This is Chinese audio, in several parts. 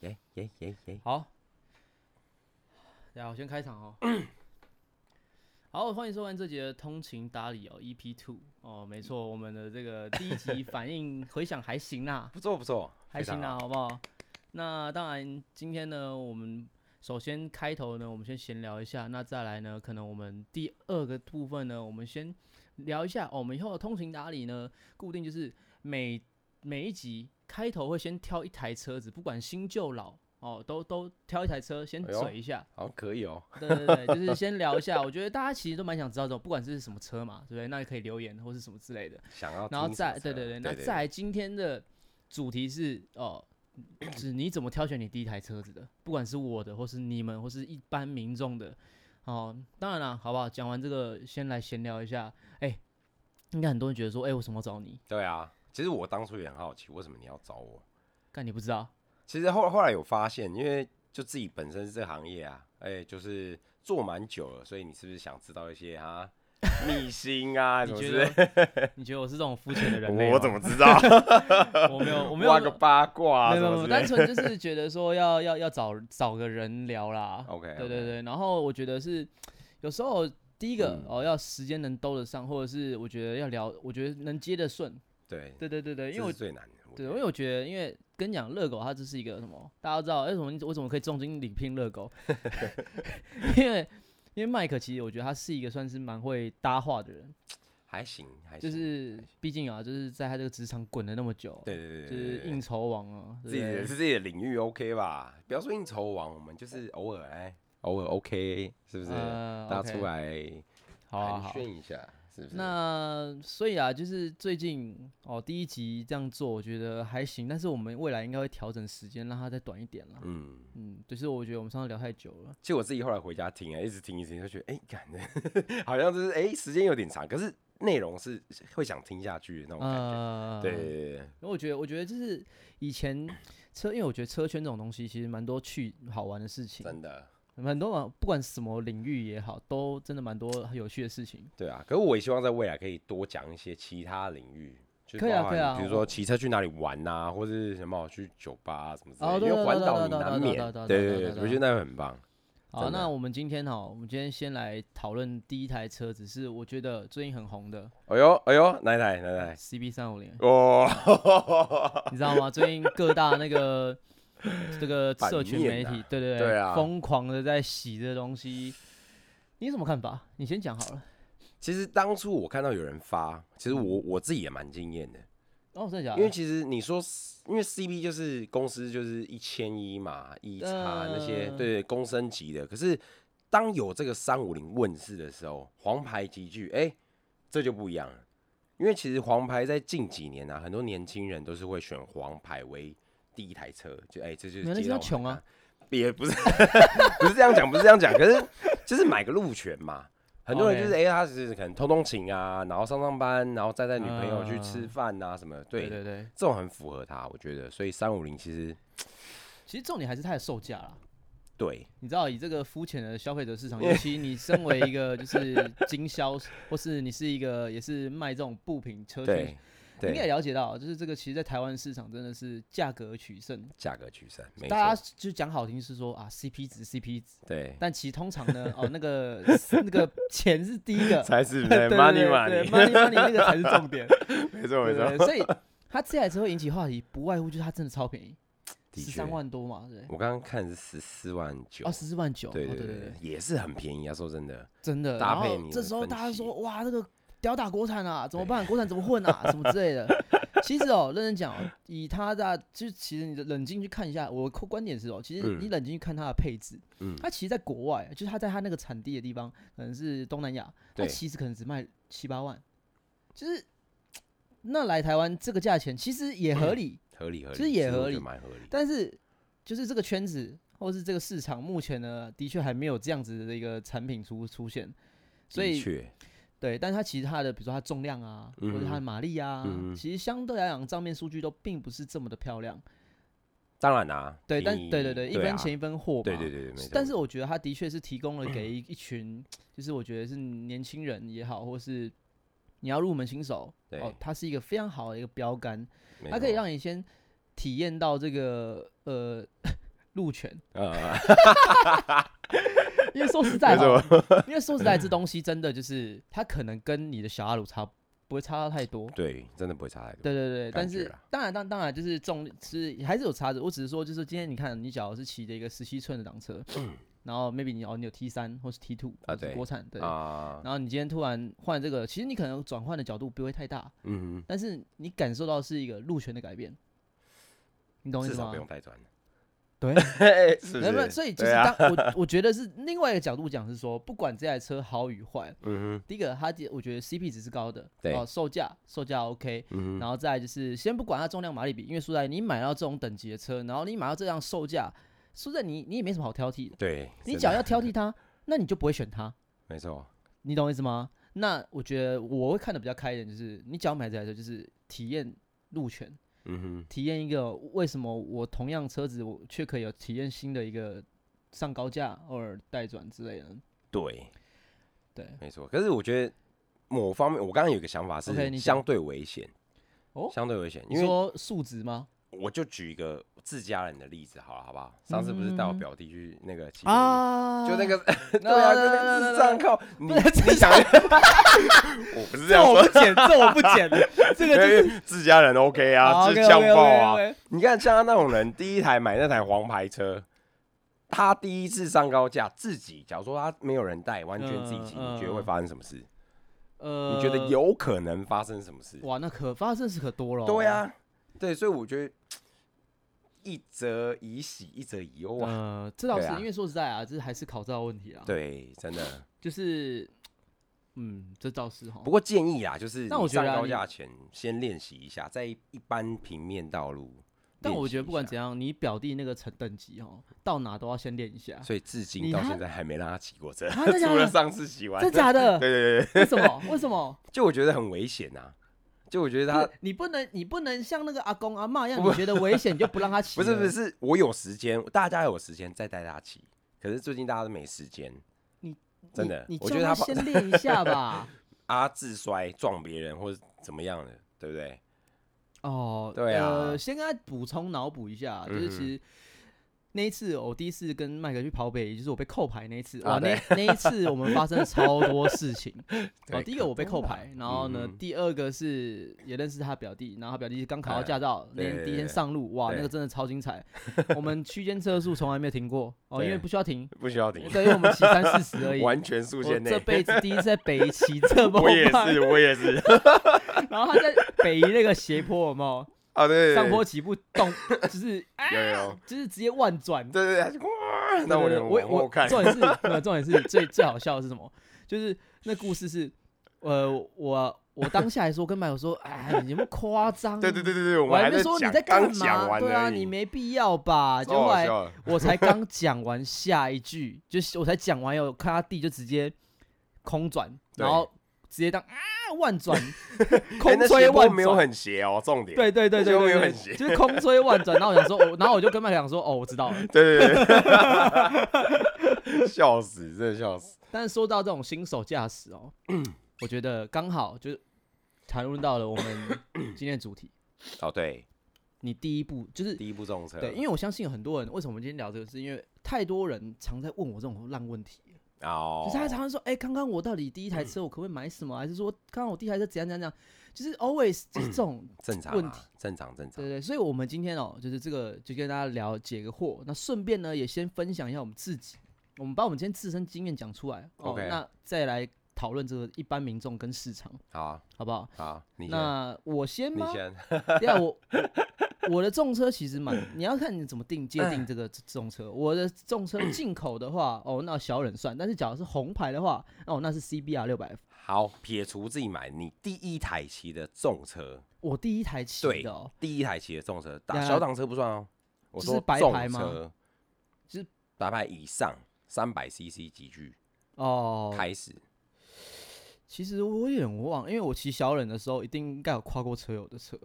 耶耶耶耶！好，然后我先开场哦。好，欢迎收看这集的通勤打理哦，EP Two 哦，没错，我们的这个第一集反应回响还行啊啦，不错不错，还非常行啦，好。好不好？那当然，今天呢，我们首先开头呢，我们先闲聊一下，那再来呢，可能我们第二个部分呢，我们先聊一下、哦我们以后的通勤打理呢，固定就是每每一集开头会先挑一台车子，不管新旧老哦，都都挑一台车先哎呦嘴一下，好像可以哦。对对对，就是先聊一下。我觉得大家其实都蛮想知道这种，不管是什么车嘛，对不对？那也可以留言或是什么之类的。想要然后听什么再对车对啊对对，那再来今天的主题是哦，指你怎么挑选你第一台车子的，不管是我的，或是你们，或是一般民众的。哦，当然啦，好不好？讲完这个，先来闲聊一下。哎、应该很多人觉得说，哎、我为什么要找你？对啊。其实我当初也很好奇，为什么你要找我？但你不知道，其实后后来有发现，因为就自己本身是这个行业啊，哎、就是做蛮久了，所以你是不是想知道一些啊 秘辛啊什你么觉之类的？得 你觉得我是这种肤浅的人类吗？我怎么知道？我没 有我没有挖个八卦啊没什有没么有，之类单的。纯就是觉得说要要要找找个人聊 啦。 OK，对对对，然后我觉得是有时候第一个、嗯哦要时间能兜得上，或者是我觉得要聊，我觉得能接得顺。对对，对对对对，因为这我是最难的。我对，觉因得为我觉得因为跟你讲热狗，它这是一个什么？大家都知道，哎、为什么你我怎么可以重金礼聘热狗？ 因为因为麦克其实我觉得他是一个算是蛮会搭话的人，还行，还行就是毕竟啊，就是在他这个职场滚了那么久，对对对对，就对是对应酬王啊，对自己不对的是自己的领域 OK 吧？不要说应酬王，我们就是偶尔哎，偶尔 OK 是不是？呃大家 OK 出来好啊寒好。暄一下，是不是？那所以啊，就是最近哦，第一集这样做，我觉得还行，但是我们未来应该会调整时间，让它再短一点啦。嗯，嗯，就是我觉得我们上次聊太久了，其实我自己后来回家听啊，一直听一直听，就觉得哎，感觉 好像就是哎时间有点长，可是内容是会想听下去的那种感觉。呃，对哦对，对对，因为我觉得，我觉得就是以前车，因为我觉得车圈这种东西其实蛮多趣好玩的事情，真的很多嘛，不管什么领域也好，都真的蛮多有趣的事情。对啊。可是我也希望在未来可以多讲一些其他领域。就是可以包啊含可以啊比如我说骑车去哪里玩呐、或是什么去酒吧、啊、什么之类哦的，对因为对环对岛对你对难对免对对，对对对对对，对我觉得那会很棒。好，真的那我们今天哈，我们今天先来讨论第一台车子，是我觉得最近很红的哎呦哎呦，奶奶奶奶，哦 CB 三五零。哇，你知道吗？最近各大那个这个版社群面媒体，啊对对对啊疯狂的在洗这东西。你有什么看法？你先讲好了。 其实当初我看到有人发，其实我我自己也蛮惊艳的，哦，真的假的？因为其实你说，因为 CB 就是公司就是一千一嘛，一叉那些，嗯对公升级的。可是当有这个三五零问世的时候，黄牌集聚，哎、这就不一样了。因为其实黄牌在近几年啊，很多年轻人都是会选黄牌为第一台车，就哎、这就是没有那街是要道黄穷牌啊，也不是 不是这样讲，不是这样讲，可是就是买个路权嘛。很多人就是哎 OK 他只是可能通通勤啊，然后上上班，然后再带女朋友去嗯吃饭啊什么的，对对对，这种很符合他，我觉得。所以三五零其实其实重点还是它的售价啦。对你知道，以这个肤浅的消费者市场，尤其你身为 一个就是经销，或是你是一个也是卖这种布品车圈，对你应该也对，了解到，就是这个其实，在台湾市场真的是价格取胜。价格取胜，没大错，家就讲好听是说啊，CP 值 CP 值，对，但其实通常呢，哦，那个那个钱是第一个才是 对对 money 对对 money， money money 那个才是 重点，没错没对对错，对，所以它这台车会引起话题，不外乎就是它真的超便宜，的十确三，万多嘛，对不对，我刚刚看是十四万九哦，，十四万九，对哦对对对对，也是很便宜啊，说真的，真的。搭然配后你这的时候分大家析说，哇，这个吊打国产啊，怎么对办？国产怎么混啊，什么之类的。其实哦，认真讲哦，以它的就其实你的冷静去看一下，我的观点是哦，其实嗯你冷静去看它的配置，嗯，它其实在国外，就是它在它那个产地的地方，可能是东南亚，它对其实可能只卖七八万，就是那来台湾这个价钱其实也嗯合理，合理合理，其实也合我觉理得蛮合理，但是就是这个圈子或是这个市场目前呢，的确还没有这样子的一个产品出出现，所的以确，对，但是它其实它的比如说它重量啊，或者它的马力啊，嗯嗯嗯其实相对来讲账面数据都并不是这么的漂亮。当然啦，对，但便宜对对对，一分啊钱一分货嘛。对对对对，没错但是我觉得他的确是提供了给一 一群，就是我觉得是年轻人也好，或是你要入门新手，对哦，它是一个非常好的一个标杆，没它可以错让你先体验到这个呃 鹿权，呃，因为说实在哦，因为说实在，这东西真的就是它可能跟你的小阿鲁差不会差到太多。对，真的不会差太多。对对对，感但觉是啦当然当当然就是重是还是有差的。我只是说，就是今天你看你假如是骑着一个十七寸的挡车， 然后 maybe 你哦你有 T 三或是 T two 嗯啊对国产对，啊，然后你今天突然换这个，其实你可能转换的角度不会太大，嗯但是你感受到是一个路权的改变，你懂嗯哼，我意至思少吗不？用带砖。对 是不那么是？所以就是对啊当、我 我觉得是另外一个角度讲是说，不管这台车好与坏，嗯哼，第一个它的我觉得 CP 值是高的，对哦，售价售价 OK，、嗯哼，然后再来就是先不管它重量马力比，因为说实在你买到这种等级的车，然后你买到这样售价，说实在你你也没什么好挑剔的，对，你真只要的要 挑剔它，那你就不会选它，没错，你懂我意思吗？那我觉得我会看的比较开一点，就是你只要买这台车，就是体验路权，嗯哼。体验一个为什么我同样车子我却可以有体验新的一个上高架偶尔带转之类的，对，对，没错。可是我觉得某方面，我刚刚有个想法 OK，你是讲相对危险，哦相对危险，你因为说数值吗？我就举一个自家人的例子好了，好不好？上次不是带我表弟去那个骑，啊就那个对 那啊，就那那个那那智障靠你，不是你想，我不是这样我说，不剪，这我不剪，这个就是因为自家人 OK 啊，好这酱爆啊。 OK，OK，OK，OK 你看像他那种人，第一台买那台黄牌车，他第一次上高架自己，假如说他没有人带，完全自己骑，嗯你觉得会嗯发生什么事？呃，你觉得？有可能发生什么事？哇，那可发生是可多了。哦对，啊，对，所以我觉得一则以喜，一则以忧啊。呃，这倒对是啊因为说实在啊，这还是考照问题啊。，对，真的。就是，嗯，这倒是哈。不过建议啊，就是但我你觉上得啊高你架前先练习一下，在一般平面道路。但我觉得不管样，怎样，你表弟那个成等级哦，到哪都要先练一下。所以至今你到他现在还没让他骑过车，啊真的假 除了的上次骑完。真假的？对对对，为什么？为什么？就我觉得很危险啊！就我觉得不 他是你不能，你不能像那个阿公阿妈一样，不你觉得危险你就不让他 骑不了。是不是，是我有时间，大家有时间再带他骑。可是最近大家都没时间，你真的你我叫觉得他他先练一下吧。啊自摔撞别人或者怎么样的，对不对？哦，对啊呃，先跟他补充脑补一下，就是其嗯哼实那一次我第一次跟麦克去跑北，也就是我被扣牌那一次，啊哇，那那一次我们发生了超多事情。哦， 对第一个我被扣可多了牌，然后呢嗯，哼第二个是也认识他表弟，然后他表弟是刚考到哎驾照，那对天第一天上路，哇，对那个真的超 精彩。我们区间车速从来没有停过，哦，因为对不需要停，不需要停，对，因为我们骑三四十而已。完全速我限内这。辈子第一次在北宜骑这么我也慢是，，我也是 然后他在北宜那个斜坡，有没有？啊，对对对，上坡起步动， 就是有 有，就是直接万转。对对对他就，哇 那我对就对对我我看，重点是没有，重点是最最好笑的是什么？就是那故事是，呃，我我当下还说跟麦友说，哎，你们夸张， 对对对对对，我我们还没在说你讲在刚干讲嘛，完对啊，而你已，没必要吧？结超果后好来笑的，我才刚讲完下一句，就是我才讲完以后，看他弟就直接空转，对然后直接当啊万转， 哎空那吹斜坡万没有转。很斜哦，重点，对对对对就没对有对很斜就是空吹万转。然后我想说，我然后我就跟麦克讲说，哦，我知道了。对对对 对，笑死，真的笑死，但是说到这种新手驾驶哦，我觉得刚好就是谈论到了 我们今天的主题。哦对，你第一步就是第一部重车，对，因为我相信有很多人，为什么我们今天聊这个，是因为太多人常在问我这种烂问题，哦，就是他常常说，哎、刚刚我到底第一台车我可不可以买什么，还是说刚刚我第一台车怎样怎样怎样，就是 always 就是这种正常问啊题，正常正常对，对，所以我们今天哦，就是这个就跟大家聊解个惑，那顺便呢也先分享一下我们自己，我们把我们今天自身经验讲出来哦 OK 那再来讨论这个一般民众跟市场，好啊好不好？好啊，你先，那我先你吗？ 先，对啊，我我我的重车其实蛮，你要看你怎么定界定这个重车。我的重车进口的话，哦，那小忍算；但是假如是红牌的话，哦，那是 CBR 六百。好，撇除自己买你第一台骑的重车，我第一台骑对的、哦，第一台骑的重车，打那小挡车不算哦。我就是说白重牌吗车，就是白牌以上三百 CC 级距哦，开始。其实我有点忘，因为我骑小忍的时候，一定应该有跨过车友的车，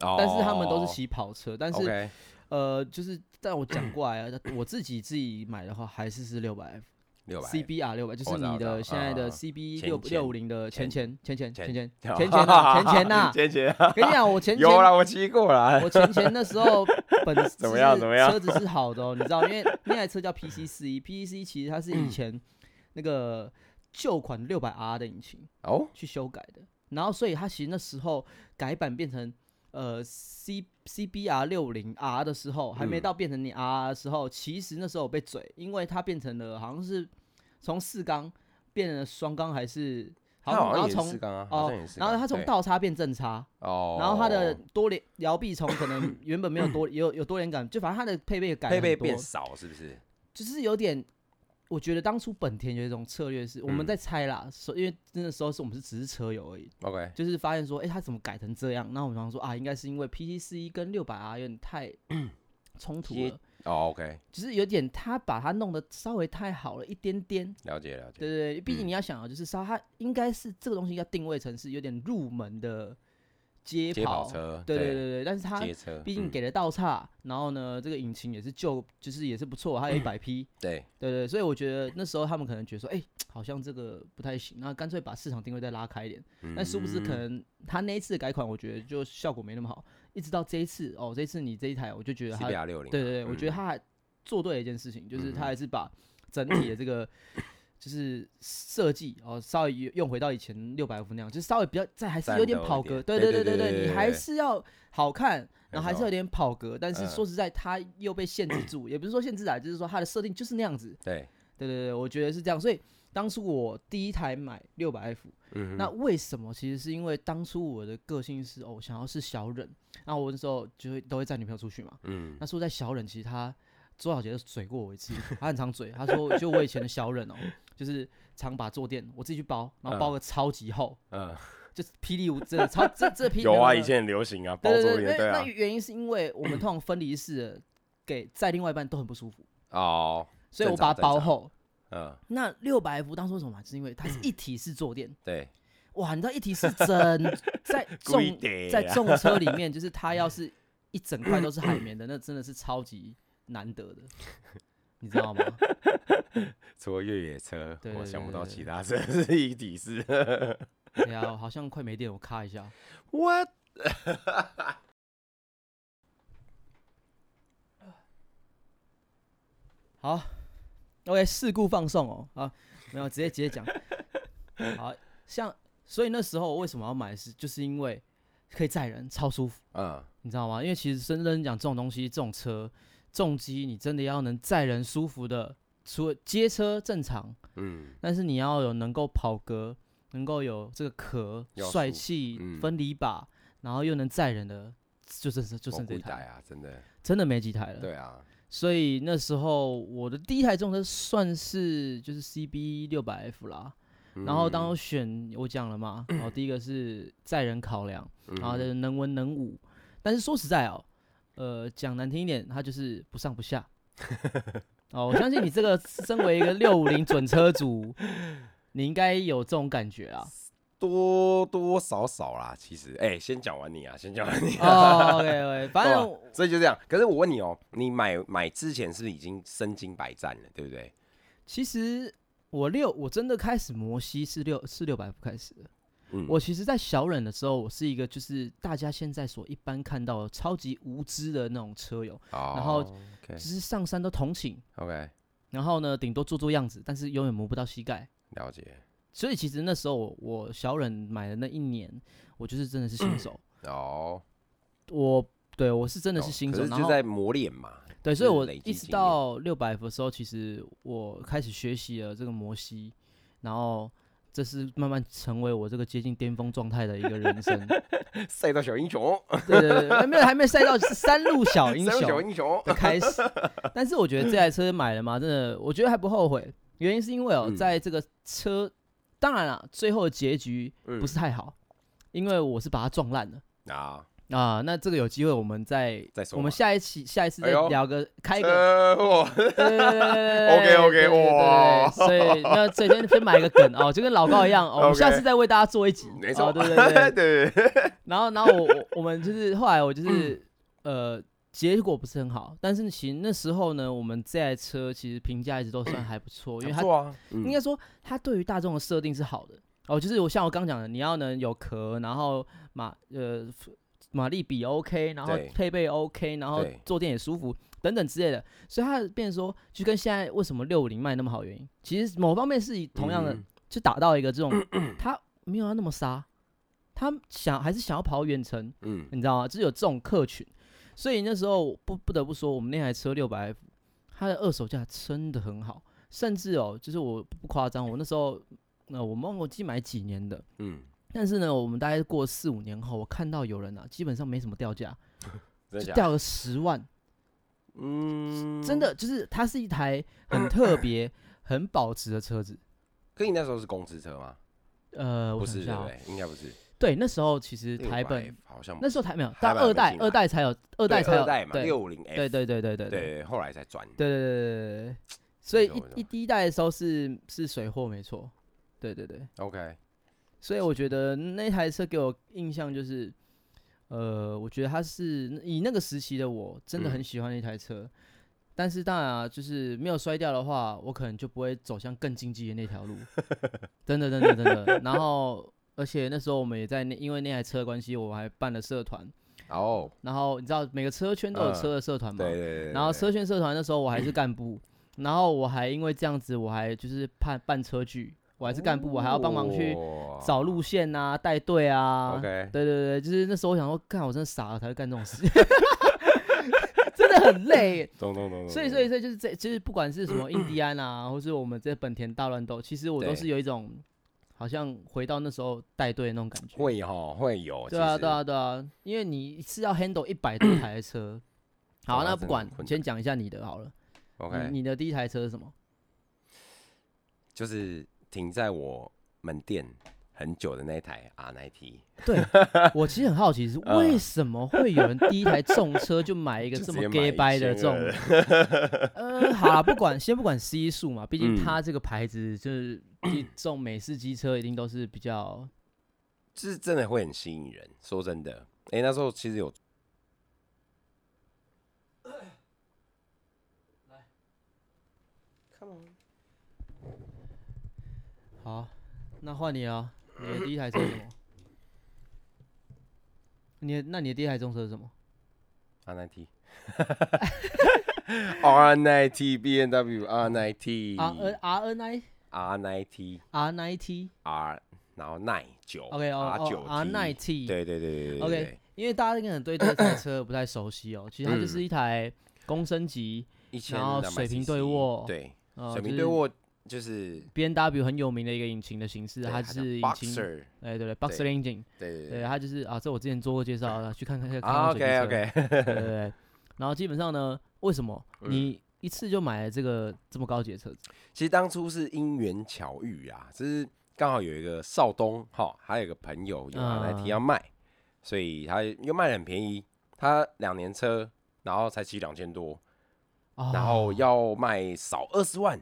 哦但是他们都是骑跑车。但是 OK，呃，就是但我讲过来啊，我自己自己买的话，还是是六百 F。六百 CBR 六百，就我知是道你我知道的现在嗯嗯的嗯 CB 前六六五前零的前前前前前前前前前前呐前 前呐，前前啊跟你讲，我前前啊有啦，我骑过啦。我前前那 时候本怎么样就是怎么样车子是好的哦，你知道，因为那台车叫 PC 四一，PC 四一其实 它是以前那个旧款六百 R 的引擎哦，去修改的，然后所以它其实那时候改版变成呃 C CBR 六零 R 的时候，还没嗯到变成你 R 的时候，其实那时候我被嘴，因为它变成了好像是从四缸变成了双缸还是他好像，好然像后也是四从缸啊，好哦像也是四然缸。后它从对倒叉变正叉。哦，然后它的多连摇臂从可能 原本没有多有有多连杆，就反正它的配备改配备很多变少是不是？就是有点，我觉得当初本田有一种策略是我嗯们在猜啦，所、因为那时候是我们是只是车友而已， OK，就是发现说，哎、它怎么改成这样？那我们常说啊，应该是因为 PT 四一跟六百 R 有点 太冲突接了，哦 OK，就是有点它把它弄得稍微太好了一点点。了解了解。对对对，毕竟嗯你要想啊，就是说它应该是这个东西要定位成是有点入门的街接跑跑，车，对对对对，但是它街车，毕竟嗯给的倒差，然后呢，这个引擎也是旧，就是也是不错，它嗯有一百匹，对对对，所以我觉得那时候他们可能觉得说，哎、好像这个不太行，那干脆把市场定位再拉开一点。嗯但殊不知，可能他那一次的改款，我觉得就效果没那么好，一直到这一次，哦，这一次你这一台，我就觉得他，对 CBR 六零，对对，我觉得嗯他还做对了一件事情，就是嗯他还是把整体的这个。就是设计哦，稍微用回到以前六百伏那样，就是稍微比较再还是战有点斗一跑点格，对对对对对对，对你还对是要好看，然后还是错有点跑格，但是嗯说实在，它又被限制住，也不是说限制啊，就是说它的设定就是那样子。对，对对对，我觉得是这样。所以当初我第一台买六百 F，嗯那哼为什么？其实是因为当初我的个性是哦，我想要是小忍，那我那时候就会都会载女朋友出去嘛。嗯那说在小忍，其实他周小杰就嘴过我一次，他很常嘴，他说就我以前的小忍哦，就是常把坐垫我自己去包，然后包嗯个超级厚，嗯，就是霹雳无真的超这这霹雳有没啊，没以前很流行啊，包对桌对帘，对，对那啊那，原因是因为我们通常分离式的给在另外一半都很不舒服，哦，所以我正常把它包正常厚。嗯，那六百 F 当初为什么买？是因为它是一体式坐垫，对，哇，你知道一体式整在故意重的在啊重车里面，就是它要是一整块都是海绵的，那真的是超级难得的，你知道吗？除了越野车对，我对想不对到对其他车是一体式。对啊，好像快没电，我卡一下。 What？好，OK，事故放送哦，啊，没有，直接直接讲。好像，所以那时候我为什么要买是，就是因为可以载人，超舒服，嗯，你知道吗？因为其实真正讲这种东西，这种车重机，你真的要能载人舒服的，除了街车正常，嗯，但是你要有能够跑格，能够有这个壳要帅素气、嗯分离把，然后又能载人的，就剩就我剩这不一改台，啊，真的，真的没几台了。对啊，所以那时候我的第一台重车算是就是 CB 六百 F 啦，然后嗯当初选我讲了嘛，然后第一个是载人考量，然后嗯啊就是能文能武，但是说实在哦，呃，讲难听一点，它就是不上 不下。哦，我相信你这个身为一个六五零准车主，你应该有这种感觉 啊。多多少少啦，其实，哎、先讲完你啊， 先讲完你、啊。哦，OK OK，反正哇 所以就这样。可是我问你哦、你买买之前是不是已经身经百战了，对不对？其实我六我真的开始摩西是六是六百 F 开始的。嗯，我其实，在小忍的时候，我是一个就是大家现在所一般看到的超级无知的那种车友，然后哦 OK 只是上山都同情， OK，然后呢，顶多做做样子，但是永远磨不到膝盖。了解。所以其实那时候我我小忍买的那一年，我就是真的是嗯新手，哦，我对我是真的哦是新可手，是然就后在磨练嘛。 对，所以是我累一积直经验到六百 F 的时候，其实我开始学习了这个摩西，然后这是慢慢成为我这个接近巅峰状态的一个人 生。赛道小英雄，对对对，还没有还没赛到是山路小英赛道小雄英雄。的开始。但是我觉得这台车买了嘛，真的，我觉得还不后悔。原因是因为哦，嗯在这个车，当然了，最后的结局嗯不是太好，因为我是把它撞烂了。啊，啊，那这个有机会我们再再说嘛我们下一期下一次再哎呦聊个、开一个车祸，对 OK，OK，对对对哇所以那这先先买一个梗哦，就跟老高一样哦，我们 OK 下次再为大家做一集，没错，哦对对对， 对对对，然后，然后我我我们就是后来我就是、呃，结果不是很好，但是其实那时候呢，我们这台车其实评价一直都算还不错，因为它做啊，嗯应该说它对于大众的设定是好的哦，就是我像我刚讲的，你要能有壳，然后马呃马力比 OK，然后对配备 OK，然后对坐垫也舒服等等之类的，所以它变成说就跟现在为什么六五零卖那么好的原因，其实某方面是以同样的嗯就打到一个 这种，它没有要那么杀，它想还是想要跑远程，嗯，你知道吗？就是有这种客群，所以那时候我不不得不说，我们那台车六百 F，它的二手价真的很好，甚至哦，就是我不夸张，我那时候呃，我忘我记买几年的，嗯，但是呢，我们大概过四五年后，我看到有人啊，基本上没什么掉价，真的就假的？掉了十万，嗯，真的就是它是一台很特别、很保值的车子。可你那时候是公司车吗？呃，我不想是，一对下不哦，对？应该不是。对，那时候其实台本 600F 好像那时候台没有，台到版二没代进来二代才有，二代才对有二代嘛，对六五零 F，对对对对对对。对，后来才转。对对对对对对，所以没错没一一错第一代的时候是是水货没错，对对对， OK，所以我觉得那台车给我印象就是，呃，我觉得它是以那个时期的我真的很嗯喜欢那台车，但是当然啊，就是没有摔掉的话，我可能就不会走向更经济的那条路，真的真的真的。然后而且那时候我们也在那因为那台车的关系，我还办了社团，哦，然后你知道每个车圈都有嗯车的社团对嘛，对对对。然后对车圈社团那时候我还是 干部，然后我还因为这样子，我还就是办办车剧，我还是干部，我还要帮忙去哦找路线啊、带队啊。 OK，对对对，就是那时候我想说，干，我真的傻了才会干这种事， 真的很累。懂懂懂懂。所以，所以，所以就是这，就是不管是 什么印第安啊，或是我们这本田大乱斗，其实我都对是有一种好像回到那时候带队的那种感觉。会哈会有，对啊，其实对啊，对啊，因为你是要 handle 一百多台 的车。哇好，那哦那真不的管很，困先讲一下你的好了。 ，OK，你你的第一台车是什么？就是停在我门店很久的那一台 R90， 对我其实很好奇是 嗯为什么会有人第一台重车就买一个就这直么接买 gay 掰1200的这种？ 呃，好啦，不管先不管 C 数嘛，毕竟嗯它这个牌子 就是这种美式机车一定都是比较就是真的会很吸引人。说真的，哎、那时候其实有，好。那换你啊，你的第一台车是什么？你的那你的第一台重车是什么？ R 9 T。R 9 T B N W R 9 T R N R N I R 9 T R N I T R 然后耐九 OK 哦 R 哦九 R N I T 对对对对对对 OK，对因为大家应该可能对这台车不太熟悉哦，其实它就是嗯一台公升级，一千然后两百水平 CC 对卧对呃，水平对卧就是，B N W 很有名的一个引擎的形式，对它叫是引擎， boxer 哎对对，boxer engine，对对对，它就是啊，这我之前做过介绍了，去看看看看啊看水，OK 平车 OK， 对对对，然后基本上呢，为什么嗯你一次就买了这个这么高级的车子？其实当初是因缘巧遇啊，就是刚好有一个少东哈，还有一个朋友有拿来提要卖，所以他又卖的很便宜，他两年车，然后才骑两千多，然后哦要卖少二十万，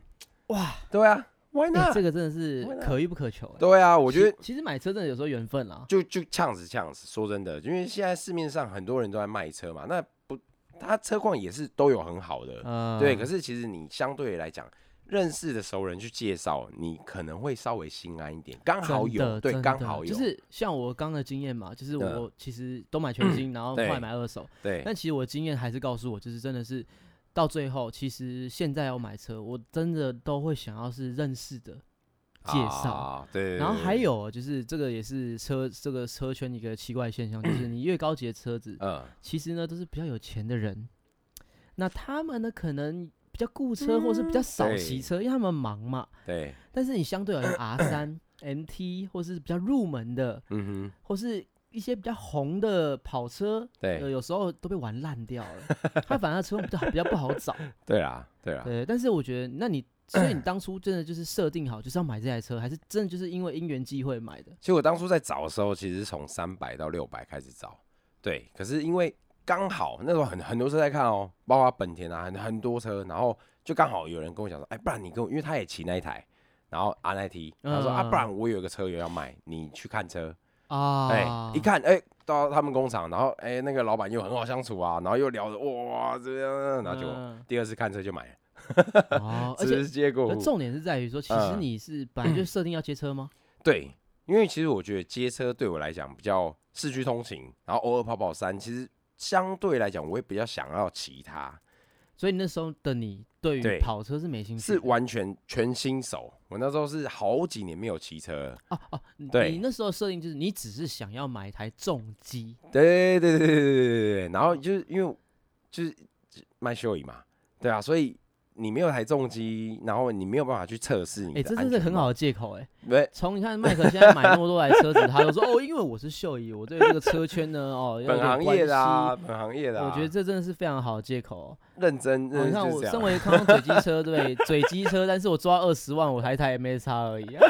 哇，对啊，Why 哎 not？这个真的是为了可遇不可求哎，对啊，我其觉得其实买车真的有时候缘分啊啦，就就呛死呛死，说真的，因为现在市面上很多人都在卖车嘛，那不，他车况也是都有很好的，嗯，对，可是其实你相对来讲，认识的熟人去介绍，你可能会稍微心安一点，刚好真的有，对，真刚的好有，就是像我刚的经验嘛，就是嗯我其实都买全新，然后后来对买二手，对，但其实我的经验还是告诉我，就是真的是到最后，其实现在要买车，我真的都会想要是认识的介绍。啊对，然后还对，有就是，这个也是车这个车圈一个奇怪的现象，就是你越高级的车子，对嗯，其实呢都是比较有钱的人，那他们呢可能比较顾车，或是比较少嗯对骑车，因为他们忙嘛。对，但是你相对 而言 R 三、MT 或是比较入门的，嗯或是一些比较红的跑车，对呃，有时候都被玩烂掉 了。它反而车况比较比较不好找，哼，对啦，对啦，对。但是我觉得，那你所以你当初真的就是设定好就是要买这台车，还是真的就是因为因缘际会买的？其实我当初在找的时候，其实是从三百到六百开始找，对。可是因为刚好那时候很很多车在看哦，包括本田啊，很很多车，然后就刚好有人跟我讲说，哎，不然你跟我，因为他也骑那一台，然后 R 那 T，他说、啊，嗯不然我有一个车友要卖，你去看车。啊，哎、一看哎、到他们工厂，然后哎、那个老板又很好相处啊，然后又聊着哇这样，然后就、 嗯第二次看车就买了，哦，而且直接过而户。重点是在于说，其实嗯你是本来就设定要接车吗？对，因为其实我觉得街车对我来讲比较市区通勤，然后偶尔跑跑山，其实相对来讲我也比较想要骑它，所以那时候的你对于对跑车是没兴趣是的完全全新手。我那时候是好几年没有骑车了，啊啊！你对你那时候设定就是你只是想要买一台重机，对对对对对对对对对，然后就是因为就是卖秀椅嘛，对啊，所以你没有台重机，然后你没有办法去测试你哎，的这安真是全很帽好，的借口哎。对从你看麦克现在买那么多台车子，他都说哦，因为我是秀仪，我对这个车圈呢哦，要有本点行关业的啊，系。本行业的、啊，我觉得这真的是非常好的借口哦、认真，哦认真你看就是我这样。身啊为康追机车，对，追机车，但是我抓二十万，我还一台 M S R 而已、啊，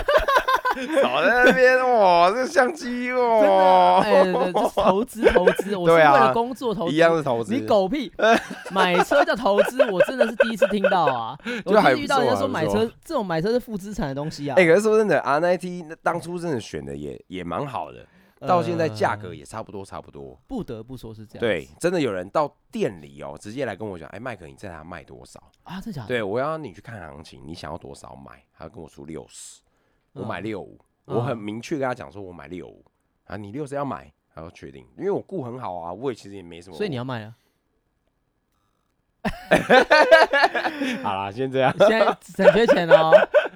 搞在那边哇，这相机真的啊，哦，哎、对这是投资投资，我是为对啊了工作投资，一样是投资，你 狗屁！买车叫投资，我真的是第一次听到 啊！就我第一还次遇不到人错家啊说还不买错车，这种买车是负资产的东西啊。哎、可是说真的，R 9 T 那当初真的选的也也蛮好的，到现在价格呃也差不多差不多。不得不说是这样子。对，真的有人到店里哦，直接来跟我讲，哎、麦克，你这台卖多少？啊，真假的？对我要你去看行情，你想要多少买？他跟我说六十，我买嗯六五、嗯我很明确跟他讲说，我买六五啊，你六十要买，然后确定，因为我顾很好啊，我也其实也没什么。所以你要卖啊了。 好啦，先 这样，现在很缺钱哦，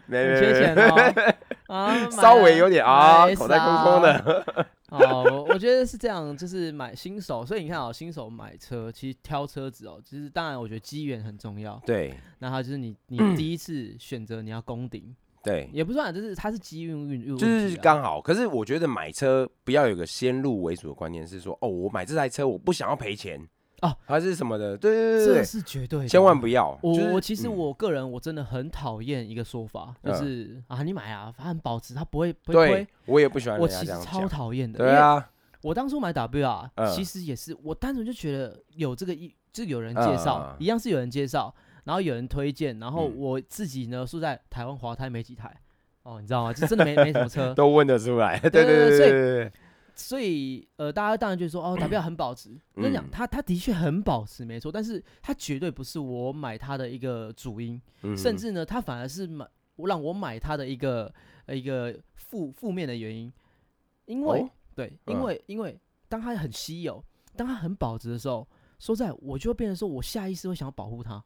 没很没没缺钱 哦。啊，稍微有点啊，买口袋空空 啥。的。哦，我我觉得是这样，就是买新手，所以你看哦，新手买车，其实挑车子哦，就是当然我觉得机缘很重要。对那它就是你你第一次选择你要攻顶，对，也不算啊，就是它是机运运运，就是刚好。可是我觉得买车不要有个先入为主的观念，是说哦，我买这台车我不想要赔钱哦，还是什么的。对对对这对是绝对的，对，千万不要。我、就是我其实嗯我个人我真的很讨厌一个说法，就嗯是、啊你买啊，反正保值它不会不会亏对。我也不喜欢我人家其这实样超讲。讨厌的，对啊，我当初买 W 啊、嗯其实也是我单纯就觉得有这个一，就是有人介绍，嗯嗯嗯一样是有人介绍，然后有人推荐，然后嗯，我自己呢住在台湾华泰没几台，哦，你知道吗？就真的没 没什么车都问得出来。对对对对对所对以对，所以呃，大家当然就说哦，W 很保值。我跟你讲，嗯它它的确很保值，没错，但是它绝对不是我买它的一个主因。对甚至呢，它反而是买我让我买它的一个呃一个负负面的原因，因为、哦对，嗯因为、因为当它很稀有，当它很保值的时候，说实在我就会变成说我下意识会想要保护它。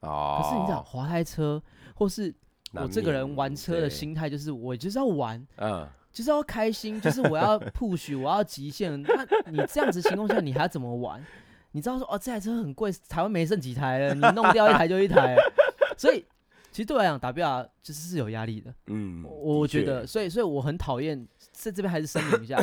哦，可是你知道，滑胎车或是我难这个免人玩车的，对心态就是我就是要玩，嗯，就是要开心，就是我要 push，我要极限。那你这样子情况下，你还要怎么玩？你知道说哦，这台车很贵，台湾没剩几台了，你弄掉一台就一台了。所以其实对我来讲打 w r 就是是有压力的。嗯，我我的确觉得，所以所以我很讨厌，在这边还是声明 一下，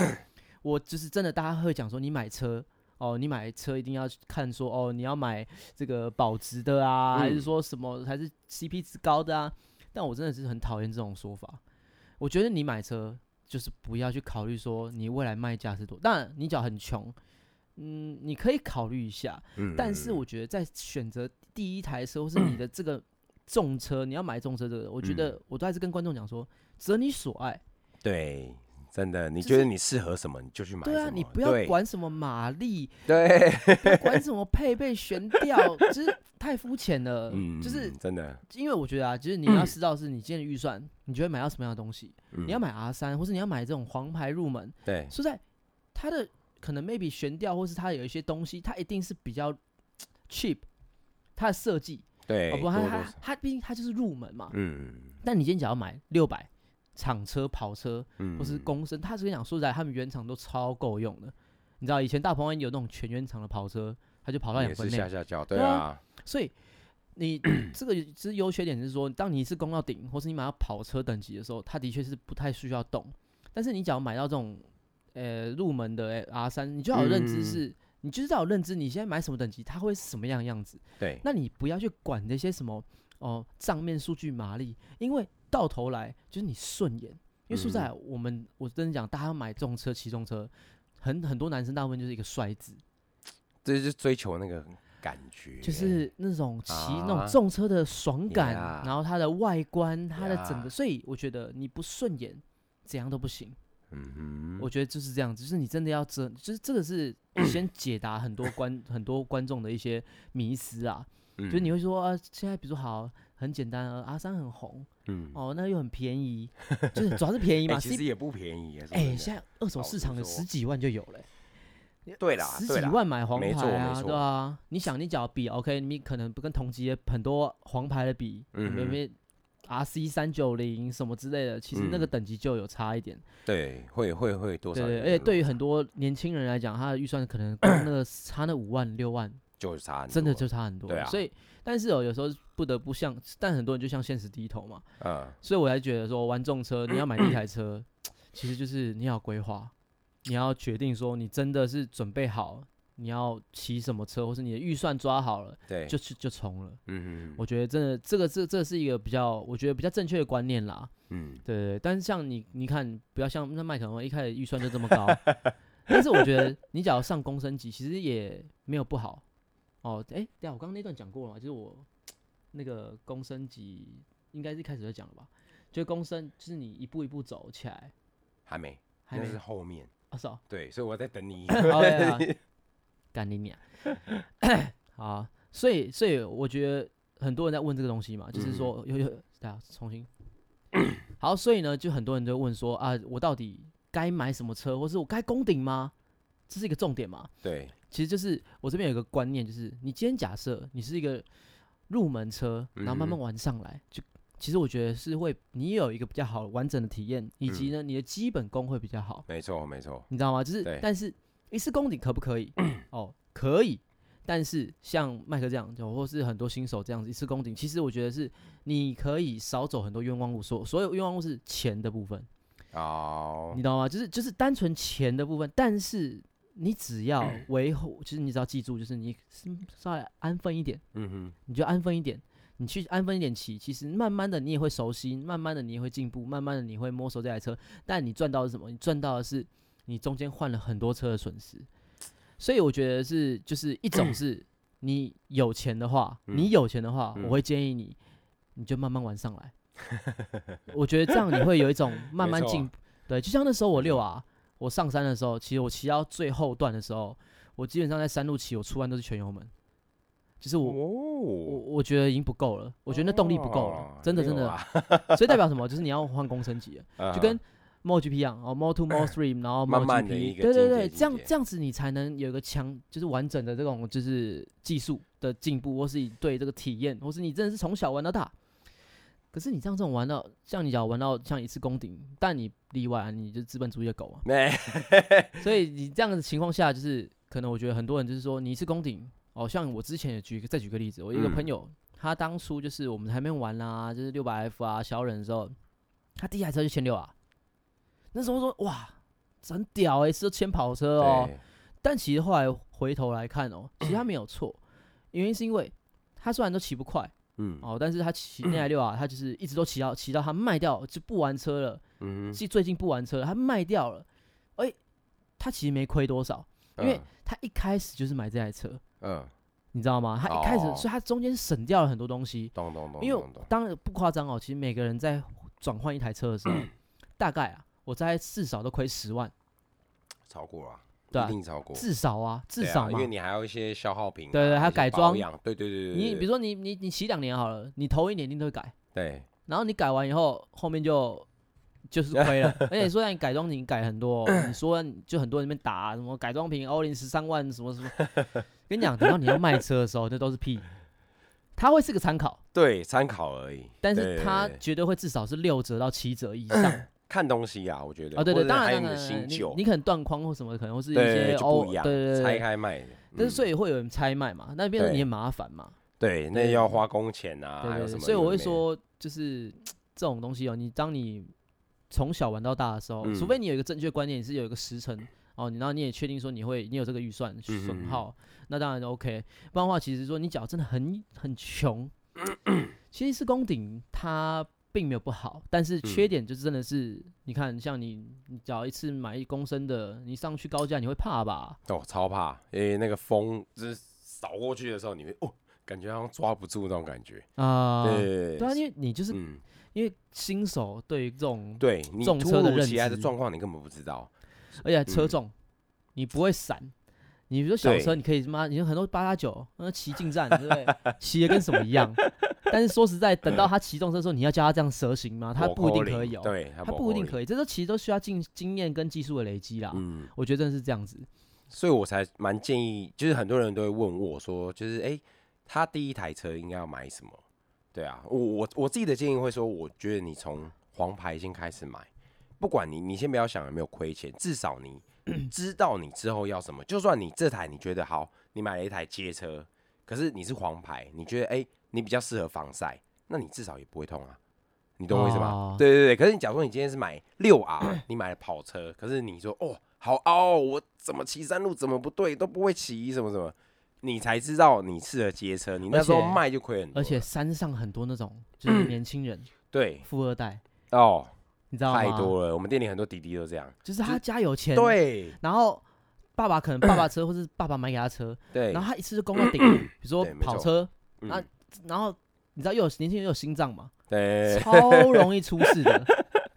我就是真的大家会讲说，你买车哦，你买车一定要看说哦，你要买这个保值的啊，还是嗯说什么还是 CP 值高的啊？但我真的是很讨厌这种说法。我觉得你买车就是不要去考虑说你未来卖价是多，当然你只要很穷，嗯，你可以考虑一下，嗯但是嗯我觉得在选择第一台车或是你的这个 重车，你要买重车这个，我觉嗯得我都还是跟观众讲说，择你所爱。对，真的，你就觉是得你适合什么，你就去买什对么。啊，你不要对管什么马力，对，不要管什么配备、悬吊， 就是太肤浅了。嗯，就是真的，因为我觉得啊，就是你要知道是你今天的预算，你觉得买到什么样的东西，你你要买 R 三，或是你要买这种黄牌入门，嗯对，说实在它的可能 maybe 悬吊或是它有一些东西，它一定是比较 cheap，它的设计，对，哦不，多它多它少它毕竟它就是入门嘛，嗯但你今天只要买六百厂车、跑车嗯，或是公升，他只跟你讲说实在，他们原厂都超够用的。你知道以前大鹏湾有那种全原厂的跑车，它就跑到两也分是内下，下叫，对对啊啊，所以 你这个其实优缺点是说，当你是攻到顶，或是你买到跑车等级的时候，它的确是不太需要动。但是你只要买到这种呃入门的 R 三，你就要有认知嗯是，你就是要有认知，你现在买什么等级，它会是什么样的样子。对，那你不要去管那些什么哦账面数据马力，因为到头来就是你顺眼。因为说实嗯在，我们我真的讲，大家买重车、骑重车，很很多男生大部分就是一个帅字，这就是追求那个感觉，就是那种骑那种啊重车的爽感，呀然后它的外观、它的整个，呀所以我觉得你不顺眼，怎样都不行。嗯哼，我觉得就是这样子，就是你真的要知，就是这个是先解答很多观 很多观众的一些迷思啊，就是你嗯会说啊，现在比如说好很简单，呃阿三很红嗯，哦，那又很便宜，就是主要是便 宜哎嘛。其 C 实也不便宜啊，说哎、真的现在二手老实市场的说十几万就有了、欸对啦，十对几啦，万买黄没错牌没啊，错对啊，你想你只要比 OK，你可能不跟同级的很多黄牌的比，嗯没哼没 RC 三九零什么之类的，其实那个嗯等级就有差一点，对，会会会多对少有对，点落差？而且对于很多年轻人来讲，他的预算 可能光那个差那五万六万，就是差很真的多就差很多对了，啊所以但是哦，有时候不得不向，但很多人就向现实低头嘛，嗯，所以我才觉得说玩重车，你要买 一台车，其实就是你要规划，你要决定说你真的是准备好你要骑什么车，或是你的预算抓好了，对，就去就冲了。嗯我哼觉得真的这个这这是一个比较，我觉得比较正确的观念啦。嗯，对对对，但是像你你看，不要像那麦克风一开始预算就这么高， 但是我觉得你只要上公升级，其实也没有不好。哦，哎，对啊，我刚刚那段讲过了嘛，就是我那个公升级应该是一开始就讲了吧，就是公升就是你一步一步走起来，还没，还那没哦是后面，啊是哦，对，所以我在等 你。 好呀，干你娘！ 好啊，所以所以我觉得很多人在问这个东西嘛，就是说有有，对啊，重新。 好，所以呢，就很多人就问说啊，我到底该买什么车，或是我该攻顶吗？这是一个重点嘛。对，其实就是我这边有一个观念，就是你今天假设你是一个入门车，然后慢嗯慢哼玩上来，就其实我觉得是会你有一个比较好完整的体验，以及呢你的基本功会比较好。没错没错，你知道吗？就是对，但是一次攻顶可不 可以？哦，可以。但是像麦克这样，就或是很多新手这样子一次攻顶，其实我觉得是你可以少走很多冤枉路。所所有冤枉路是钱的部分，哦你，懂吗？就是就是单纯钱的部分，但是你只 要维护，就是你只要记住，就是你稍微安分一点，嗯哼，你就安分一点，你去安分一点骑，其实慢慢的你也会熟悉，慢慢的你也会进步，慢慢的你会摸熟这台车。但你赚到的是什么？你赚到的是你中间换了很多车的损失。所以我觉得是，就是一种是你有钱的话，你有钱的话，嗯我会建议你，你就慢慢玩上来。我觉得这样你会有 一种慢慢没错啊嗯进步。对，就像那时候我没六啊，我上山的时候，其实我骑到最后段的时候，我基本上在山路骑，我出弯都是全油门。就是我我哦，我觉得已经不够了，我觉得那动力不够了哦，真的没真有的，啊所以代表 什么？就是你要换工升级了，嗯就跟 Mo GP 一样，哦，Mo Two、Mo Three，然后 Mo 慢慢 GP，的一个对对境界对，境这样界这样子你才能有一个强，就是完整的这种就是技术的进步，或是你对这个体验，或是你真的是从小玩到大。可是你这样这种玩到，像你讲玩到像一次攻顶，但你例外啊，你就资本主义的狗啊， 没 所以你这样的情况下，就是可能我觉得很多人就是说，你一次攻顶，哦，像我之前也举一个再举个例子，我一个嗯朋友，他当初就是我们还没玩啦、就是六百 F 啊小忍的时候，他第一台车就千六啊，那时候说哇，真屌哎、欸，是千跑车哦。对嗯但其实后来回头来看哦， 其实他没有错，原因是因为他虽然都骑不快嗯哦，但是他骑那台六啊，他就是一直都骑到骑到他卖掉就不玩车了。嗯哼，是最近不玩车了，他卖掉了，哎、他其实没亏多少，因为嗯他一开始就是买这台车，嗯，你知道吗？他一开始，哦所以他中间省掉了很多东西。懂懂懂，因为懂懂当然不夸张哦，其实每个人在转换一台车的时候，嗯 大概啊，我猜至少都亏十万，超过了，对一啊定超过，至少啊，至哦对啊少因嘛为。你还有一些消耗品啊，对对还有一些改保装养，对对对对，你比如如说你你你骑两年好了，你头一年一定都会改，对，然后你改完以后，后面就就是 亏了。而且说让你改装品改很多哦，你说你就很多人在那边打啊什么改装品欧林十三万什么什么，跟你讲，等到你要卖车的时候，那都是屁。它会是个参考，对，参考而已，但对是对它对绝对会至少是六折到七折以上啊！看东西啊，我觉得，哦对或对，者当还然有当你的然新你旧你，可能断框或什么，可能或是一对些就欧不一样，对对拆对，开卖的，但是所以以会有人拆卖嘛，那变成对你很麻烦嘛，对，那对要花工钱啊，对还有对什对，么，所以我会，说，就是这种东西哦，你当你从小玩到大的时候，除嗯非你有一个正确观念，你是有一个时辰哦，你然后你也确定说你会，你有这个预算嗯嗯损嗯耗，那当然 OK。不然的话，其实说你脚真的很很穷，其实是攻顶它。并没有不好，但是缺嗯点就是真的是，你看，像你你只要一次买一公升的，你上去高架你会怕吧？哦，超怕，因为那个风就是扫过去的时候，你会哦，感觉好像抓不住那种感觉，啊、对对啊，因为你就是嗯，因为新手对于这种，对你重突车的如认其来的知状况，你根本不知道。而且车嗯重，你不会闪。你比如说小车，对你可以他妈，你有很多八加九，那骑进站，对不对？ 骑的跟什么一样。但是说实在，嗯等到他骑动车的时候，你要教他这样蛇行吗？他我不一定扣可零以哦、对，他不一定以。可以。这啊都其实都需要经经验跟技术的累积啦。嗯，我觉得真的是这样子。所以我才蛮建议，就是很多人都会问我说，就是哎、诶他第一台车应该要买什么？对啊，我我我自己的建议会说，我觉得你从黄牌先开始买，不管你你先不要想有没有亏钱，至少 你知道你之后要什么。就算你这台你觉得好，你买了一台街车，可是你是黄牌，你觉得哎、诶你比较适合防晒，那你至少也不会痛啊。你懂我意思吗哦？对对对，可是你假如说你今天是买六 R，你买了跑车，可是你说哦好凹哦，我怎么骑山路怎么不对，都不会骑什么什么，你才知道你适合街车，你那时候而且卖就亏很多了。而且山上很多那种嗯就是年轻人、对富二代，哦，你知道吗？太多了，我们店里很多弟弟都这样。就是就他家有钱，，对然后爸爸可能爸爸车或是爸爸买给他车，对嗯然后他啊一次就攻到顶，比如说对没跑错车，嗯那然后你知道又有年轻人又有心脏嘛，对超容易出事 的，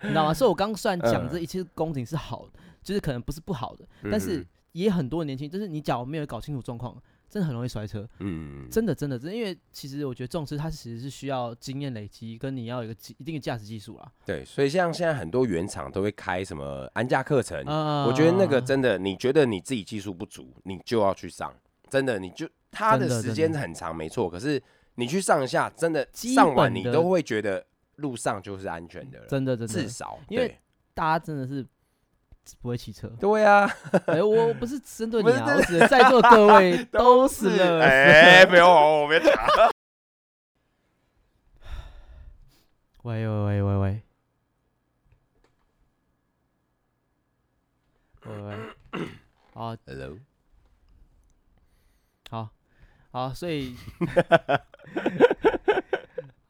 你知道吗？所以我刚刚虽然讲嗯这一切攻顶是好的，就是可能不是不好的，嗯但是也很多年轻，就是你假如没有搞清楚状况，真的很容易摔车。嗯，真的，真的，真的，因为其实我觉得重视它其实是需要经验累积，跟你要有一个技一定的驾驶技术啦。对，所以像现在很多原厂都会开什么安家课程，啊，嗯我觉得那个真的，你觉得你自己技术不足，你就要去上，真的，你就它的真的时间真的很长，没错，可是你去上一下，真的基上完本你的都会觉得路上就是安全的了，真的真至的，少因为对大家真的是不会骑 车。对啊，哎，我我不是针对你不啊，是我指的在座各 位都是了。哎，没有，我 别查，喂喂喂喂喂，喂喂， 好 Hello，好好，所以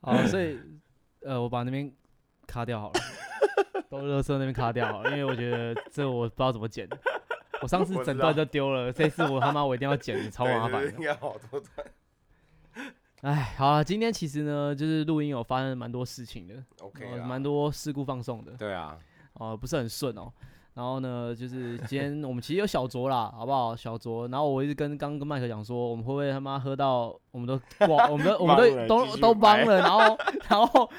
好，所以呃，我把那边卡掉好了，都乐色那边卡掉好了，因为我觉得这我不知道怎么剪。我上次我知整道段就丢了，这次我他妈我一定要剪，超麻烦的。应该好多段。哎，好了，今天其实呢，就是录音有发生蛮多事情的， OK，呃啦蛮多事故放送的。对啊，哦，不是很顺哦。然后呢，就是今天我们其实有小酌啦，好不好？小酌。然后我一直跟刚跟麦克讲说，我们会不会他妈喝到我们都挂，我们都我忙们都 了继都续都帮拍了，然后然后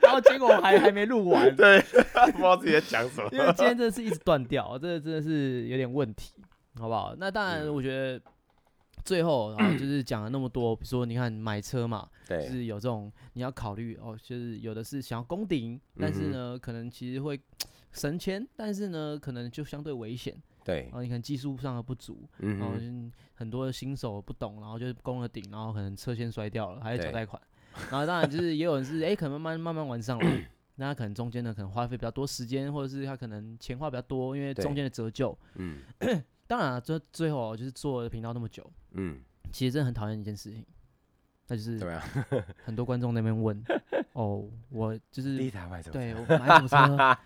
然后结果还还没录完，对， 不知道自己在讲什么因为今天真的是一直断掉，这个真的是有点问题，好不好？那当然，嗯我觉得最后然后就是讲了那么多，比如说你看买车嘛，就对，是有这种你要考虑哦，就是有的是想要攻顶，但是嗯哼呢，可能其实会省钱，但是呢，可能就相对危险，对然，后你可能技术上的不足，嗯然后就哼，是很多新手不懂，然后就是攻了顶，然后可能车先摔掉了，还要缴对贷款，然后当然就是也有人是哎、可能慢慢慢慢玩上嗯来。那他可能中间呢，可能花费比较多时间，或者是他可能钱花比较多，因为中对间的折旧。嗯当然、啊，最最后哦就是做频道那么久，嗯，其实真的很讨厌一件事情，那就是怎么样？ 很多观众那边问，哦，我就是第一台外头，对我买什 么车，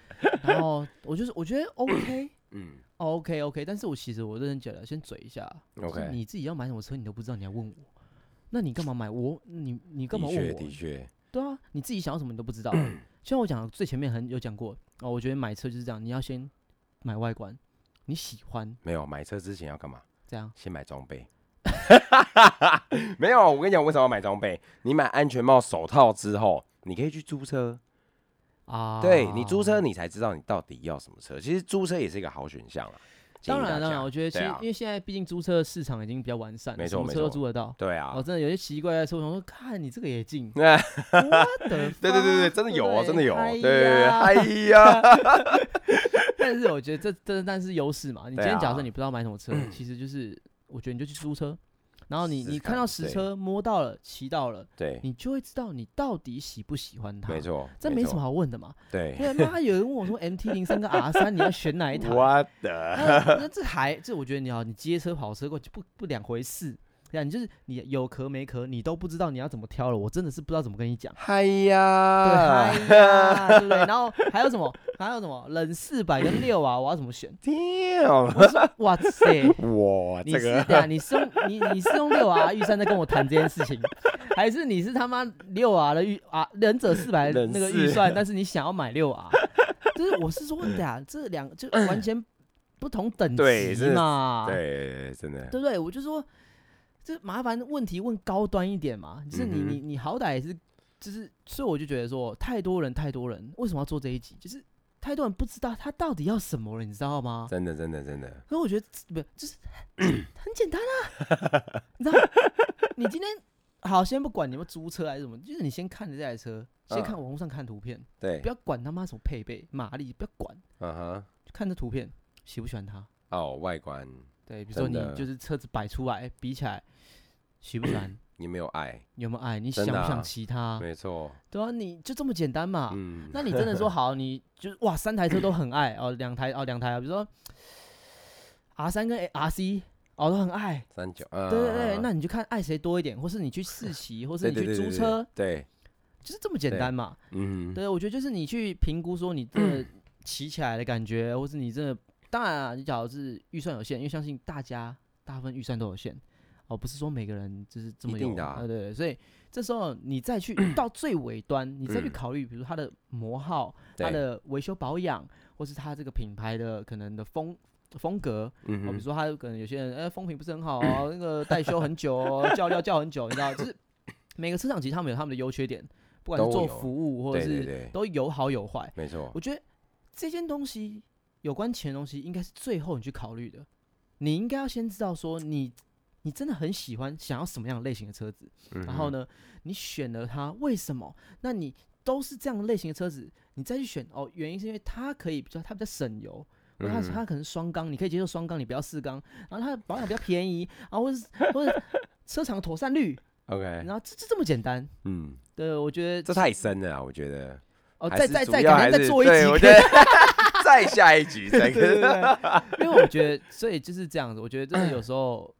然后我就是我觉得 OK 嗯 OK OK，但是我其实我认真觉得，先嘴一下就是，OK，你自己要买什么车你都不知道，你还问我，那你干嘛买我？你你干嘛的问确我？的确，对啊，你自己想要什么你都不 知道。就像我讲的最前面很有讲过哦，我觉得买车就是这样，你要先买外观，你喜欢没有买车之前要干嘛？这样。先买装备。 没有，我跟你讲，为什么要买装备？你买安全帽、手套之后，你可以去租车。啊，对你租车，你才知道你到底要什么车。其实租车也是一个好选项啊。建议当然大了，家我觉得其对实、啊因为现在毕竟租车市场已经比较完善了，没什错么没车都错租得到。对啊，哦，，真的有些奇怪的车，我想说，看你这个也进 对对 对对对，真的有哦，真的有哦，对对对，哎嗨呀，呀但是我觉得这这但是优势嘛，你今对天假设啊你不知道买什 么车，其实就是我觉得你就去租车，然后你试试你看到看实对车摸到了骑到了，对，你就会知道你到底喜不喜欢它。没，错，这没什错么，好问的 嘛。对对，妈有人问我说 MT 零三跟 R 三你要选 哪一台？我的，那那这还这我觉得你好，你街车跑车过去不不两回事。呀，你就是你有壳没壳，你都不知道你要怎么挑了，我真的是不知道怎么跟你讲。嗨哎对，呀，嗨呀，对不对？然后还有什么？还有什么冷四百跟六啊？我要怎么选？ ，damn，我说哇 塞，哇，你这是个对啊？你是用你你是用六啊玉山在跟我谈这件事情，还是你是他妈六啊的预啊忍者四百忍那个预四 算，但是你想要买六啊？就是我是说，对啊，这两 就完全不同等对级这嘛，对，真的，啊对不对？我就说，这麻烦问题问高端一点嘛，就是嗯你、你你好歹也是，就是所以我就觉得说，太多人太多人，为什么要做这一集？就是太多人不知道他到底要什么了，你知道吗？真的，真的，真的，可是我觉得不就是 很简单啊，你知道？你今天好，先不管你们租车还是什么，就是你先看着这台车，先看嗯网络上看图片，对不，要管他妈什么配备、马力，不要管，嗯哼，就看这图片喜不喜欢它。哦，外观对，比如说真的你就是车子摆出来比起来，喜不喜欢？你没有爱，有没有爱？你想真不的啊想骑它？没错，对啊，你就这么简单嘛。嗯，啊那你真的说好，你就是哇，三台车都很爱哦，两台哦，两台啊，比如说 R 三跟 R C 哦都很爱，三九，啊对对对对，那你就看爱谁多一点，或是你去试骑，或对是你对对去租对车，，对，就是这么简对单嘛。嗯，对，我觉得就是你去评估说你真的骑起来的感觉，或是你真的，当然啊，你假如是预算有限，因为相信大家大部分预算都有限，哦，不是说每个人就是这一么定有呃的啊对对对，所以这时候你再 去到最尾端，你再去嗯考虑，比如它的磨耗、它对，的维修保养，或是它这个品牌的可能的风风格，嗯哦，比如哼，说他可能有些人，哎、风评不是很好哦，那个待修很久哦， 叫料叫很久，你知道，就是每个车厂其实他们有他们的优缺点，不管是都做有服务或者对对是对，都有好有坏。没错，我觉得这件东西有关钱的东西，应该是最后你去考虑的。你应该要先知道说你你真的很喜欢想要什么样类型的车子，然后嗯哼，呢，你选了它为什么？那你都是这样的类型的车子，你再去选哦，原因是因为它可以比较它比较省油，或者它嗯它可能双缸，你可以接受双缸，你不要四缸，然后它的保养比较便宜，然后或者是 或者车厂妥善率， ，OK，然后这这这么简单。嗯，对，我觉得这太深了啊，我觉得，哦，还再是再主再要改还天再是做一对集，我可觉以得再下一 集再对对 对跟，对，因为我觉得，所以就是这样子。我觉得真的有时候，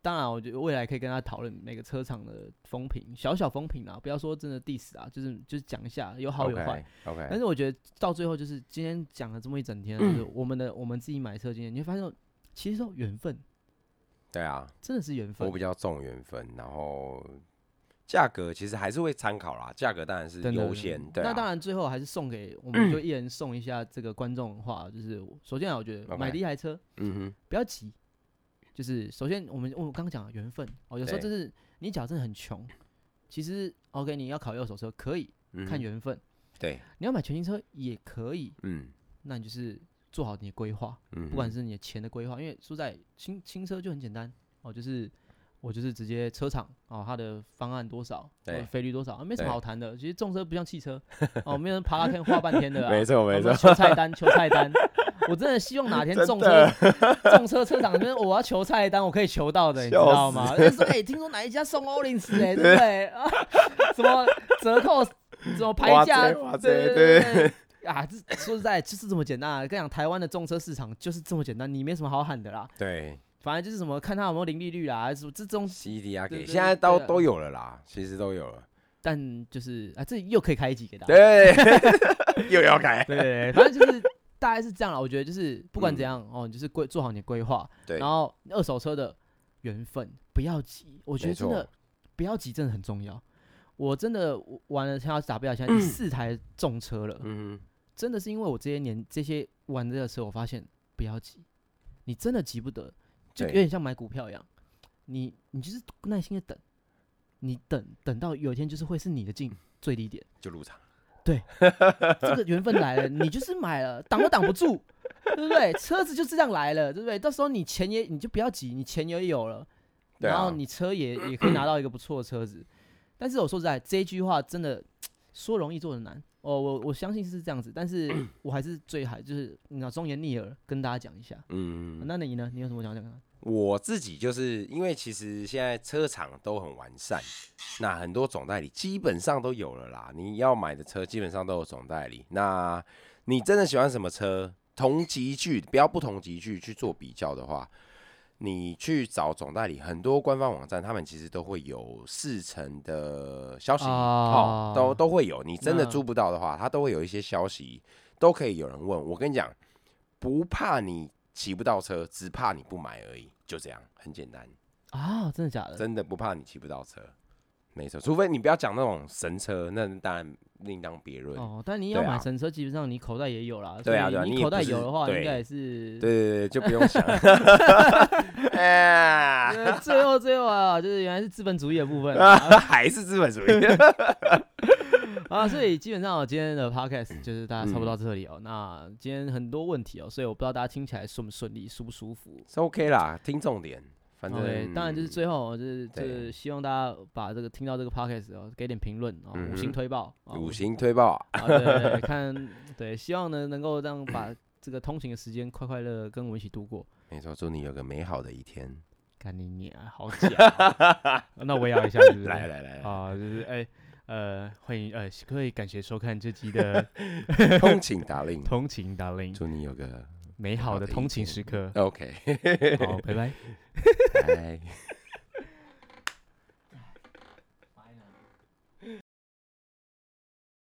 当然，我觉得未来可以跟他讨论每个车厂的风评，小小风评啦，不要说真的 diss 啊，就是就是讲一下有好有坏。但 OK，是我觉得到最后，就是今天讲了这么一整天，嗯就是我们的我们自己买车经验，你会发现，其实都缘分，对啊，真的是缘我分比。较重缘分，然后价格其实还是会参考啦，价格当然是真的优先，对那当啊，嗯然，最后还是送给我们，就一人送一下这个观众的话，就是首先啊，我觉得 OK 买第一台车，嗯哼，不要急，就是首先我们我刚刚讲了缘分哦，有时候对就是你假如真的很穷，其实 OK 你要考二手车可以嗯看哼缘分，对，你要买全新车也可以，嗯那你就是做好你的规划，嗯，不管是你的钱的规划，因为说在新新车就很简单哦，就是。我就是直接车厂哦，它的方案多少，对呃费率多少啊，没什么对好谈的。其实重车不像汽车哦，没有人爬拉坑花半 天的、啊，没错没我们错，求 菜单，求菜单。我真的希望哪天真重车 的重车车厂那边我要求菜单，我可以求到的，你知笑道吗？ 那时候哎，听说哪一家送欧林 斯哎，对不对？啊，什么折扣，什么牌哇价，塞哇塞对对对。啊，这说实在就是这么简单啊！跟你讲，台湾的重车市场就是这么简单，你没什么好喊的啦。对反正就是什么看它有没有零利率啊，还是什么这种， ，CDR 对给对现在都对啊都有了啦，其实都有了，但就是啊，这又可以开一集给大家。对， 又要改，对对，对反正就是大概是这样了。我觉得就是不管怎样、哦，你就是规做好你的规划，对，然后二手车的缘分不要急，我觉得没真错的不要急，真的很重要。我真的我玩了像打不了，现在第四台重车了，嗯真的是因为我这些年这些玩这个车，我发现不要急，你真的急不得，就有对点像买股票一样，你你就是耐心的等，你等等到有一天就是会是你的嗯进最低点，哼，就入场， 这个缘分来了，你就是买了，挡都挡不住， 对不对？车子就是这样来了，对不对？到时候你钱也你就不要急，你钱也有了。对然后啊，你车也也可以拿到一个不错的 车子。但是我说实在，这一句话真的 说容易做的难。哦，我我相信是这样子，但是我还是最还就是你知道忠言逆耳跟大家讲一下。嗯。那你呢？你有什么想讲的？我自己就是因为其实现在车厂都很完善，那很多总代理基本上都有了啦。你要买的车基本上都有总代理。那你真的喜欢什么车？同级距不要不同级距去做比较的话，你去找总代理，很多官方网站他们其实都会有事成的消息，哦，都啊都会有。你真的那租不到的话，它都会有一些消息，都可以有人问。我跟你讲，不怕你骑不到车，只怕你不买而已，就这样，很简单。啊，真的假的？真的不怕你骑不到车，没错，除非你不要讲那种神车，那当然另当别论。哦，但你对要啊买神车，基本上你口袋也有啦。对啊所以对啊你你也口不袋是有的话，对应该也是。对对对，就不用想。 哎，呃最后最后啊，就是原来是资本主义的部分啊还是资本 主义。啊，所以基本上哦今天的嗯 podcast 就是大家差不多到这里哦。那今天很多问题哦，所以我不知道大家听起来顺不顺利，舒不舒服。是 OK 啦，听重点，反正、 OK，当然就是最后哦就是就对是希望大家把这个听到这个 podcast 哦，给点评论哦，嗯五哼星推爆，啊五星推爆啊，啊，对对对，看对，希望呢能够让把这个通勤的时间快快乐乐跟我们一起度过。没错，祝你有个美好的一天。干你娘，好假 哦！那我也要一下，是不是来来来，啊，就是哎、呃，欢迎呃，各位感谢收看这集的通情达令，通勤达 令，祝你有个 。美好的通勤时刻 OK，好，拜拜。拜。